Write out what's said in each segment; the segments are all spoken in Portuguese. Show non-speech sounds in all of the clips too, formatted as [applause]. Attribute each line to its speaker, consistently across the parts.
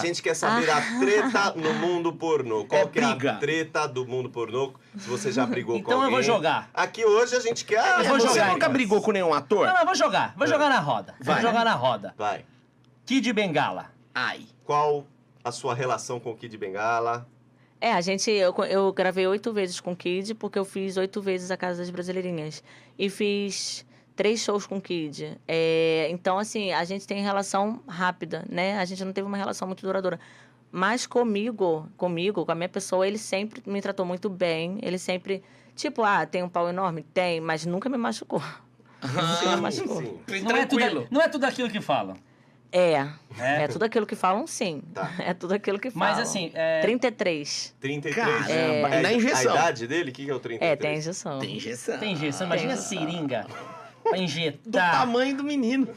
Speaker 1: A gente quer saber a treta no mundo pornô. Qual
Speaker 2: É
Speaker 1: que é a
Speaker 2: briga.
Speaker 1: treta do mundo pornô? Se você já brigou
Speaker 2: Então
Speaker 1: com
Speaker 2: eu
Speaker 1: alguém.
Speaker 2: vou jogar.
Speaker 1: Aqui hoje a gente quer...
Speaker 2: Eu vou
Speaker 3: é Você
Speaker 2: jogar,
Speaker 4: então.
Speaker 3: nunca
Speaker 2: Elias.
Speaker 3: brigou com nenhum ator?
Speaker 2: Não, mas vou jogar. Vou jogar na roda.
Speaker 3: Vai.
Speaker 2: Vou jogar na roda.
Speaker 1: Vai.
Speaker 2: Kid Bengala.
Speaker 3: Ai.
Speaker 1: Qual a sua relação com o Kid Bengala?
Speaker 5: É, a gente, eu, eu gravei oito vezes com o Kid, porque eu fiz oito vezes a Casa das Brasileirinhas. E fiz três shows com o Kid. É, então, assim, a gente tem relação rápida, né? A gente não teve uma relação muito duradoura. Mas comigo, comigo, com a minha pessoa, ele sempre me tratou muito bem. Ele sempre, tipo, ah, tem um pau enorme? Tem, mas nunca me machucou. [laughs] Nunca me machucou.
Speaker 1: sim.
Speaker 2: Não é, tudo,
Speaker 3: Uhum. Tranquilo.
Speaker 2: não é tudo aquilo que falam.
Speaker 5: É.
Speaker 2: É.
Speaker 5: É tudo aquilo que falam, sim.
Speaker 1: Tá.
Speaker 5: [laughs] É tudo aquilo que falam.
Speaker 2: Mas assim, é,
Speaker 5: 33.
Speaker 1: 33.
Speaker 3: Caramba,
Speaker 1: É,
Speaker 3: e na injeção?
Speaker 1: A idade dele? O que, que é o 33?
Speaker 5: É, tem injeção.
Speaker 3: Tem injeção.
Speaker 2: tem Tá. injeção. Imagina a seringa pra
Speaker 3: [laughs] Do
Speaker 2: injetar.
Speaker 3: tamanho do menino.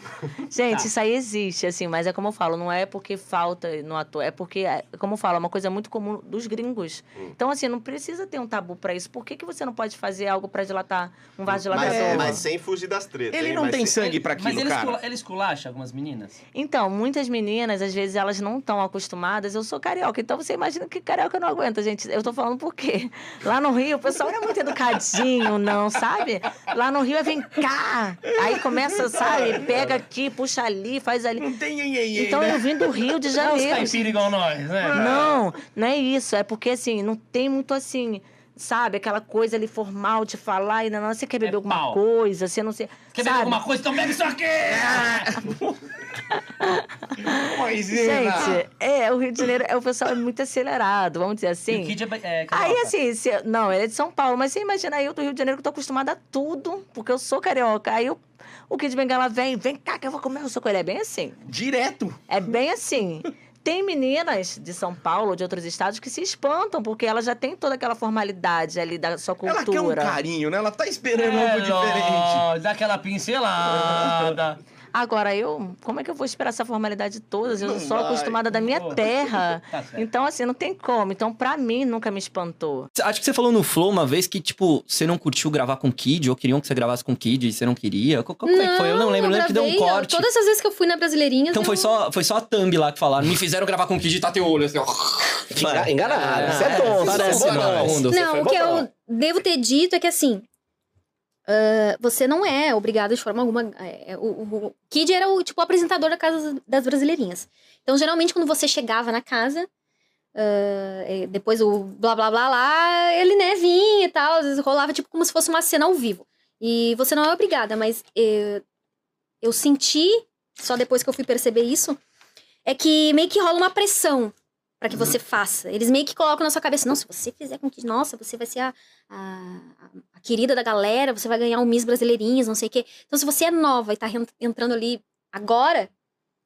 Speaker 5: Gente,
Speaker 2: Tá.
Speaker 5: isso aí existe, assim, mas é como eu falo, não é porque falta no ator, é porque, é, como eu falo, é uma coisa muito comum dos gringos. Então, assim, não precisa ter um tabu pra isso. Por que, que você não pode fazer algo pra dilatar um vaso
Speaker 1: mas,
Speaker 5: dilatador?
Speaker 3: é,
Speaker 1: mas sem fugir das tretas.
Speaker 3: Ele
Speaker 1: hein?
Speaker 3: não
Speaker 1: Mas
Speaker 3: tem
Speaker 1: sem-
Speaker 3: sangue pra
Speaker 2: Mas
Speaker 3: aquilo,
Speaker 2: ele,
Speaker 3: cara.
Speaker 2: escula, ele esculacha algumas meninas?
Speaker 5: Então, muitas meninas, às vezes, elas não estão acostumadas. Eu sou carioca, então você imagina que carioca não aguenta, gente. Eu tô falando por quê? Lá no Rio, o pessoal não é muito educadinho, não, sabe? Lá no Rio é vem cá. Aí começa, sabe? Pega aqui, puxa ali, faz ali.
Speaker 3: Não tem iê né?
Speaker 5: Então, eu vim do Rio de
Speaker 2: Não os
Speaker 5: Janeiro.
Speaker 2: caipira igual nós, né?
Speaker 5: Não, não é isso. É porque, assim, não tem muito assim, sabe? Aquela coisa ali formal de falar e não, não você quer beber alguma
Speaker 2: É pau.
Speaker 5: coisa, você não sei.
Speaker 2: Quer ver
Speaker 5: sabe?
Speaker 2: alguma coisa? Então bebe isso aqui!
Speaker 6: [laughs]
Speaker 3: é- Pois
Speaker 5: Gente, é, o Rio de Janeiro, é, o pessoal é muito acelerado, vamos dizer
Speaker 2: E
Speaker 5: assim.
Speaker 2: o Kid é, é carioca.
Speaker 5: Aí, assim, se- não, ele é de São Paulo, mas você imagina eu do Rio de Janeiro que eu tô acostumada a tudo, porque eu sou carioca. Aí o, o Kid Bengala vem, vem cá que eu vou comer o seu coelho. É bem assim.
Speaker 3: Direto.
Speaker 5: É bem assim. Tem meninas de São Paulo ou de outros estados que se espantam, porque elas já têm toda aquela formalidade ali da sua cultura.
Speaker 3: Ela quer um carinho, né? Ela tá esperando
Speaker 2: é,
Speaker 3: algo diferente.
Speaker 2: lógico, Dá aquela pincelada.
Speaker 5: Agora, eu, como é que eu vou esperar essa formalidade toda? Eu
Speaker 3: Não
Speaker 5: sou
Speaker 3: vai.
Speaker 5: acostumada da minha
Speaker 2: Boa.
Speaker 3: [laughs]
Speaker 5: terra.
Speaker 2: Tá certo.
Speaker 5: então, assim, não tem como. Então, pra mim, nunca me espantou.
Speaker 7: Acho que você falou no Flow uma vez que, tipo, você não curtiu gravar com Kid, ou queriam que você gravasse com Kid e você não queria. Co- Como é que foi? Eu não lembro, eu lembro que deu um
Speaker 8: gravei, ó.
Speaker 7: corte.
Speaker 8: Todas as vezes que eu fui na Brasileirinhas.
Speaker 7: Então
Speaker 8: eu-
Speaker 7: foi só, foi só a thumb lá que falaram. Me fizeram gravar com Kid e tatei o olho assim, ó.
Speaker 3: Enga- Enganado. Você é tonto. você é
Speaker 7: Parece
Speaker 3: bobão.
Speaker 7: nós.
Speaker 3: Você
Speaker 8: Não,
Speaker 3: foi
Speaker 8: o que
Speaker 3: bobão.
Speaker 8: eu devo ter dito é que assim. ah, você não é obrigado de forma alguma. é, é, o, o- o Kid era o tipo o apresentador da Casa das Brasileirinhas. Então, geralmente, quando você chegava na casa, ah, é, depois o blá blá blá lá, ele né, vinha e tal. Às vezes rolava tipo como se fosse uma cena ao vivo. E você não é obrigada, mas eh, eu senti, só depois que eu fui perceber isso, é que meio que rola uma pressão pra que você faça. Eles meio que colocam na sua cabeça, não, se você fizer com que, nossa, você vai ser a, a- a querida da galera, você vai ganhar um Miss Brasileirinhas, não sei o quê. Então, se você é nova e tá ren- entrando ali agora,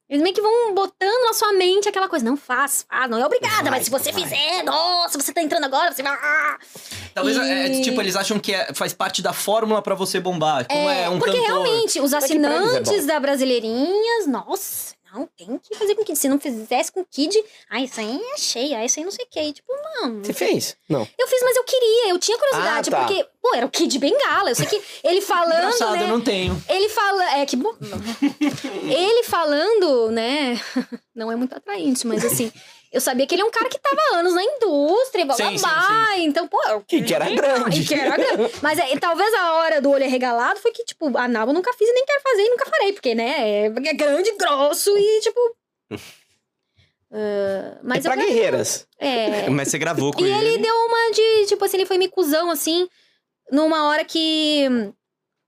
Speaker 8: eles meio que vão botando na sua mente aquela coisa, não faz, ah, não é obrigada,
Speaker 3: Vai,
Speaker 8: mas se você
Speaker 3: vai.
Speaker 8: fizer, nossa, você tá entrando agora, você vai... ah."
Speaker 7: Talvez, é,
Speaker 8: E-
Speaker 7: tipo, eles acham que é- faz parte da fórmula pra você bombar. Como é, um
Speaker 8: porque
Speaker 7: cantor.
Speaker 8: realmente, os
Speaker 3: Mas que pra eles é
Speaker 8: assinantes da Brasileirinhas, nossa, não, tem que fazer com Kid. Se não fizesse com Kid, ah, isso aí é cheia, ah, isso aí não sei o que. Tipo, mano.
Speaker 3: Você fez? Não.
Speaker 8: Eu fiz, mas eu queria, eu tinha curiosidade,
Speaker 3: Ah, tá.
Speaker 8: porque, pô, era o Kid Bengala. Eu sei que
Speaker 7: [laughs]
Speaker 8: ele falando,
Speaker 7: Engraçado,
Speaker 8: né?
Speaker 7: eu não tenho.
Speaker 8: Ele fala. É que. bo- ele falando, né? [laughs] Não é muito atraente, mas assim. Eu sabia que ele é um cara que tava há anos na indústria, blá blá
Speaker 7: Sim, sim,
Speaker 8: blá. Então, pô. eu-
Speaker 3: E que é era grande.
Speaker 8: E que
Speaker 7: [laughs]
Speaker 8: era grande. Mas é, talvez a hora do olho arregalado foi que, tipo, a Nalba eu nunca fiz e nem quero fazer e nunca farei, porque, né? É, é grande, grosso e, tipo.
Speaker 7: [laughs]
Speaker 8: ah, mas
Speaker 3: é pra
Speaker 8: eu.
Speaker 3: guerreiras.
Speaker 8: É.
Speaker 7: Mas você gravou
Speaker 8: E ele deu uma de, tipo assim, ele foi meio cuzão, assim, numa hora que hum,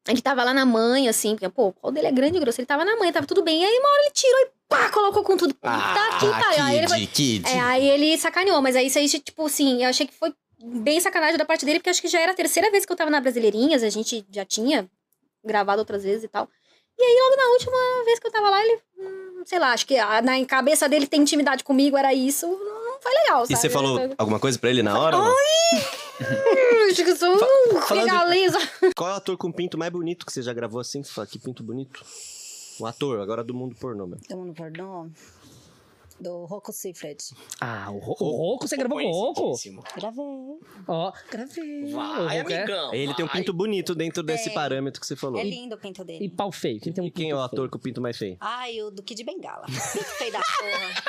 Speaker 8: ele tava lá na mãe, assim, porque, pô, o pau dele é grande e grosso, ele tava na mãe, tava tudo bem, aí uma hora ele tirou e pá, colocou com tudo. tá
Speaker 3: Ah,
Speaker 8: aqui, tá. Aí ele foi,
Speaker 7: Kid.
Speaker 8: é, aí ele sacaneou, mas aí isso aí, tipo assim, eu achei que foi bem sacanagem da parte dele, porque acho que já era a terceira vez que eu tava na Brasileirinhas, a gente já tinha gravado outras vezes e tal. E aí, logo na última vez que eu tava lá, ele, hum, sei lá, acho que a- na cabeça dele ter intimidade comigo era isso, não não foi legal, sabe?
Speaker 3: E você falou
Speaker 8: Foi-
Speaker 3: alguma coisa pra ele na hora? não?
Speaker 8: Acho que sou um
Speaker 3: falando-
Speaker 8: legaliza.
Speaker 4: Qual é o ator com pinto mais bonito que você já gravou assim? que Fala, que pinto bonito. O ator, agora do mundo pornô, meu.
Speaker 9: Todo mundo um pornô? Do Rocco Siffred.
Speaker 6: [laughs] Ah, o, Ro- o Roco, você gravou com o Roco?
Speaker 9: Gravei.
Speaker 6: Ó, gravei.
Speaker 3: Vai,
Speaker 6: O Roco é-
Speaker 3: amigão.
Speaker 4: Ele tem um pinto bonito dentro desse
Speaker 9: Tem.
Speaker 4: parâmetro que você falou.
Speaker 9: É lindo o pinto
Speaker 6: E
Speaker 9: dele.
Speaker 6: pau feio. Quem, tem um
Speaker 4: E quem é
Speaker 6: pinto
Speaker 4: o
Speaker 6: feio?
Speaker 4: ator com o pinto mais feio?
Speaker 6: [laughs]
Speaker 9: Ai, o do Kid Bengala. Pinto feio da porra.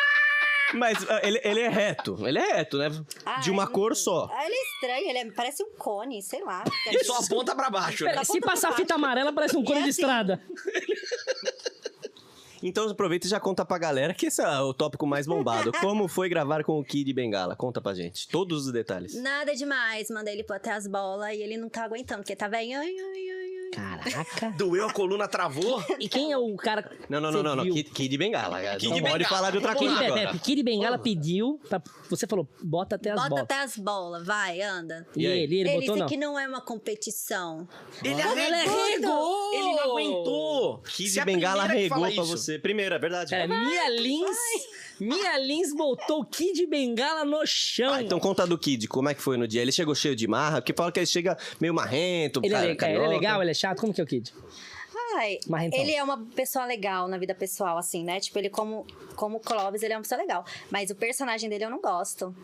Speaker 4: Mas ah, ele, ele é reto. Ele é reto, né? De uma cor só.
Speaker 9: Ah, ele é estranho, ele é- parece um cone, sei lá.
Speaker 6: É.
Speaker 4: Ele só aponta pra baixo, né?
Speaker 9: Tá
Speaker 6: Se
Speaker 9: apontando
Speaker 6: passar
Speaker 9: pra
Speaker 6: fita amarela, parece um cone de
Speaker 9: assim.
Speaker 6: estrada.
Speaker 4: Então aproveita e já conta pra galera que esse é o tópico mais bombado.
Speaker 6: [laughs]
Speaker 4: Como foi gravar com o Kid Bengala? Conta pra gente. Todos os detalhes.
Speaker 9: Nada demais, mandei ele pôr até as bolas e ele não tá aguentando, porque tá velho. Ai, ai, ai, ai.
Speaker 6: Caraca.
Speaker 4: Doeu, a coluna travou?
Speaker 6: E quem é o cara...
Speaker 4: Não, não,
Speaker 6: Você
Speaker 4: não, não. não.
Speaker 6: viu?
Speaker 4: Kid, Kid Bengala.
Speaker 7: Kid
Speaker 4: não pode
Speaker 7: Bengala.
Speaker 4: falar de outra
Speaker 6: Kid
Speaker 4: coisa agora.
Speaker 6: Pepe, Kid Bengala pediu, pra- você falou, bota até as
Speaker 9: Bota
Speaker 6: bolas.
Speaker 9: até as bolas, vai, anda.
Speaker 6: E,
Speaker 4: E aí?
Speaker 6: ele, ele
Speaker 9: Ele
Speaker 6: botou
Speaker 9: disse
Speaker 6: não.
Speaker 9: que não é uma competição.
Speaker 3: é
Speaker 4: Ele
Speaker 6: Ele arregou!
Speaker 4: Ele não aguentou! Kid
Speaker 7: Se é a
Speaker 4: Bengala
Speaker 7: primeira que
Speaker 4: arregou pra
Speaker 7: fala isso.
Speaker 4: você. Primeira, é verdade.
Speaker 6: Cara, Mia Lins, Mia Lins botou o Kid Bengala no chão.
Speaker 4: Ah, então conta do Kid, como é que foi no dia? Ele chegou cheio de marra, porque fala que ele chega meio marrento,
Speaker 6: ele,
Speaker 4: cara,
Speaker 6: é, legal, ele é
Speaker 4: carioca.
Speaker 6: legal, ele é chato, como que é o Kid?
Speaker 9: Ai,
Speaker 6: Mas então.
Speaker 9: ele é uma pessoa legal na vida pessoal, assim, né? Tipo, ele como, como Clóvis, ele é uma pessoa legal. Mas o personagem dele eu não gosto.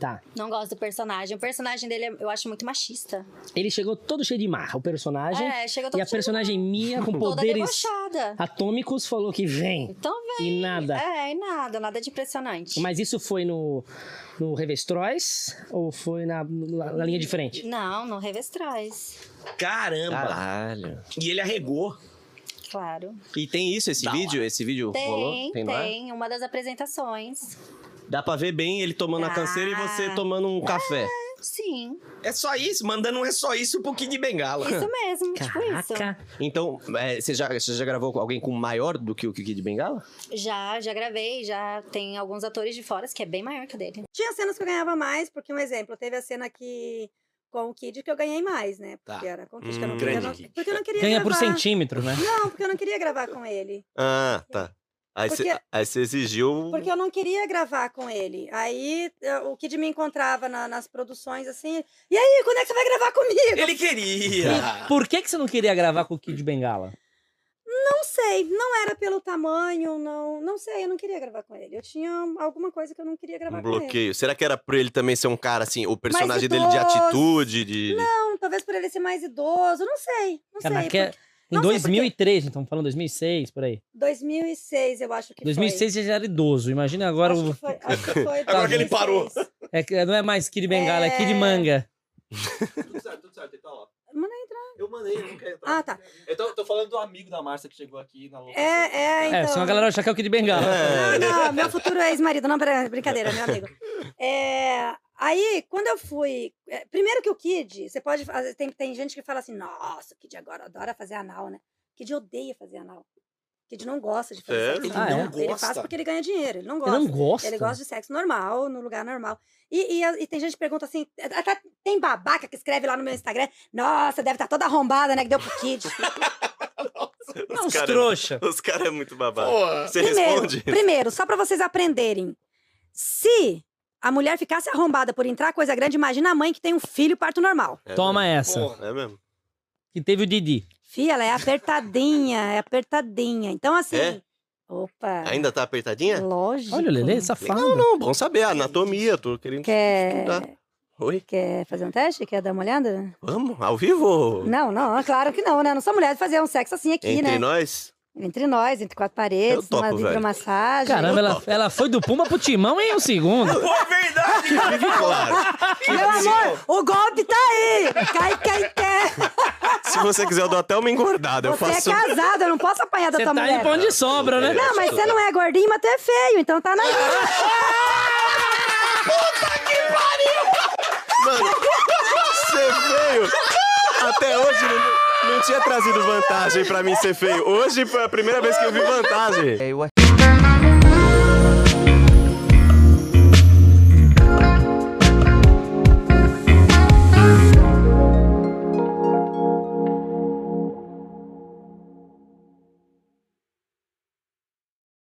Speaker 6: Tá.
Speaker 9: Não gosto do personagem. O personagem dele é, eu acho muito machista.
Speaker 6: Ele chegou todo cheio de marra, o personagem.
Speaker 9: É, chega todo
Speaker 6: e a
Speaker 9: cheio de
Speaker 6: personagem Mia, com
Speaker 9: Toda
Speaker 6: poderes
Speaker 9: debochada.
Speaker 6: atômicos, falou que vem.
Speaker 9: Então vem.
Speaker 6: E nada.
Speaker 9: É, e nada, nada de impressionante.
Speaker 6: Mas isso foi no, no Revestróis ou foi na, na- na linha de frente?
Speaker 9: Não, no Revestrais.
Speaker 10: Caramba!
Speaker 4: Caralho.
Speaker 10: E ele arregou.
Speaker 9: Claro.
Speaker 4: E tem isso, esse vídeo? Esse vídeo rolou?
Speaker 9: Tem, tem.
Speaker 4: no ar?
Speaker 9: uma das apresentações.
Speaker 4: Dá pra ver bem ele tomando a
Speaker 9: Dá.
Speaker 4: canseira e você tomando um café.
Speaker 9: Sim.
Speaker 10: É só isso, mandando um é só isso pro Kid Bengala.
Speaker 9: Isso mesmo, tipo isso.
Speaker 6: Caraca.
Speaker 4: [laughs] Então, é, você, já, você já gravou com alguém com maior do que o Kid Bengala?
Speaker 9: Já, já gravei, já tem alguns atores de fora que é bem maior que o dele.
Speaker 11: Tinha cenas que eu ganhava mais, porque, um exemplo, teve a cena que com o Kid que eu ganhei mais, né? Porque era conquista. eu não queria-
Speaker 1: grande
Speaker 11: eu não-
Speaker 1: Kid.
Speaker 11: porque eu não queria
Speaker 6: Ganha por
Speaker 11: gravar.
Speaker 6: centímetro, né?
Speaker 11: Não, porque eu não queria gravar com ele.
Speaker 1: Ah, tá. Aí
Speaker 11: Porque-
Speaker 1: você exigiu. um
Speaker 11: Porque eu não queria gravar com ele. Aí eh, o Kid me encontrava na- nas produções assim. E aí, quando é que você vai gravar comigo?
Speaker 10: Ele
Speaker 3: Ah.
Speaker 10: queria.
Speaker 6: Por que, que você não queria gravar com o Kid Bengala?
Speaker 11: Não sei, não era pelo tamanho, não. Não sei, eu não queria gravar com ele. Eu tinha alguma coisa que eu não queria gravar
Speaker 1: Um
Speaker 11: com ele.
Speaker 1: bloqueio. Será que era por ele também ser um cara assim, o personagem dele
Speaker 11: idoso.
Speaker 1: de atitude, de.
Speaker 11: Não, talvez por ele ser mais idoso, não sei. Não
Speaker 6: Cara, é
Speaker 11: sei.
Speaker 6: naque-
Speaker 11: porque-
Speaker 6: Em
Speaker 11: não sei
Speaker 6: 2003, então falando 2006, por aí.
Speaker 11: 2006, eu acho que
Speaker 6: 2006 ele já era idoso, imagina
Speaker 11: foi.
Speaker 6: agora
Speaker 11: Acho
Speaker 6: o...
Speaker 11: que foi, acho que foi
Speaker 10: Agora que ele
Speaker 11: 2006.
Speaker 10: parou.
Speaker 6: É que não é mais Kid Bengala, é,
Speaker 11: É.
Speaker 6: Kid Manga.
Speaker 10: tudo certo, tudo certo. Ele tá lá.
Speaker 11: Manda
Speaker 10: entrar. Eu mandei, ele não quer
Speaker 11: Ah, tá.
Speaker 10: Eu tô, tô falando do amigo da Márcia que chegou aqui na
Speaker 11: É, é, então.
Speaker 6: É, senão a galera vai achar que é o Kid Bengala.
Speaker 11: Não, não, meu futuro é ex-marido, não, pera- brincadeira, meu amigo. É, aí, quando eu fui. é, Primeiro que o Kid, você pode. fazer- Tem, tem gente que fala assim, nossa, o Kid agora adora fazer anal, né? O Kid odeia fazer anal. O Kid não gosta de fazer
Speaker 1: Sério?
Speaker 11: sexo.
Speaker 6: Ele
Speaker 11: anal.
Speaker 10: não
Speaker 11: Ele
Speaker 10: gosta?
Speaker 11: faz porque ele ganha dinheiro, ele não
Speaker 6: Ele
Speaker 11: gosta.
Speaker 6: não gosta.
Speaker 11: Ele gosta de sexo normal, no lugar normal. E, e a- e tem gente que pergunta assim: "Ah, tá- tem babaca que escreve lá no meu Instagram? Nossa, deve estar toda arrombada, né? Que deu pro Kid.
Speaker 6: Não, uns
Speaker 1: [laughs] Os caras-
Speaker 6: trouxa.
Speaker 1: Os caras é muito babado.
Speaker 10: Porra.
Speaker 1: Você responde?
Speaker 11: primeiro, só pra vocês aprenderem. Se a mulher ficasse arrombada por entrar coisa grande, imagina a mãe que tem um filho parto normal.
Speaker 1: É
Speaker 6: Toma essa.
Speaker 10: Porra.
Speaker 1: mesmo, É mesmo?
Speaker 6: Que teve o Didi.
Speaker 11: Fia, ela é apertadinha, é apertadinha. Então, assim.
Speaker 1: É?
Speaker 11: Opa.
Speaker 1: Ainda tá apertadinha?
Speaker 11: Lógico.
Speaker 6: Olha o Lelê, safado.
Speaker 1: Não, não, bom saber. a Anatomia, tô querendo
Speaker 11: Quer,
Speaker 1: estudar. Oi?
Speaker 11: quer fazer um teste? Quer dar uma olhada?
Speaker 1: Vamos? Ao vivo?
Speaker 11: Não, não, é claro que não, né? Não sou mulher de fazer um sexo assim aqui,
Speaker 1: Entre
Speaker 11: né?
Speaker 1: nós?
Speaker 11: Entre nós, entre quatro paredes,
Speaker 1: Eu topo,
Speaker 11: uma
Speaker 1: velho.
Speaker 11: hidromassagem.
Speaker 6: Caramba, ela, ela foi do Puma pro Timão em um segundo.
Speaker 1: [laughs] claro.
Speaker 11: Meu amor, o golpe tá aí! Cai quem quer!
Speaker 1: Se você quiser, eu dou até uma engordada. Eu
Speaker 11: Você
Speaker 1: faço.
Speaker 11: é casado, eu não posso apanhar da
Speaker 6: Você
Speaker 11: tua
Speaker 6: tá
Speaker 11: mulher.
Speaker 6: aí pra onde sobra, né?
Speaker 11: Não, mas você não é gordinho, mas tu é feio, então tá na.
Speaker 1: Mano, você veio. Até hoje não, não tinha trazido vantagem pra mim ser feio. Hoje foi a primeira vez que eu vi vantagem.
Speaker 10: eu acho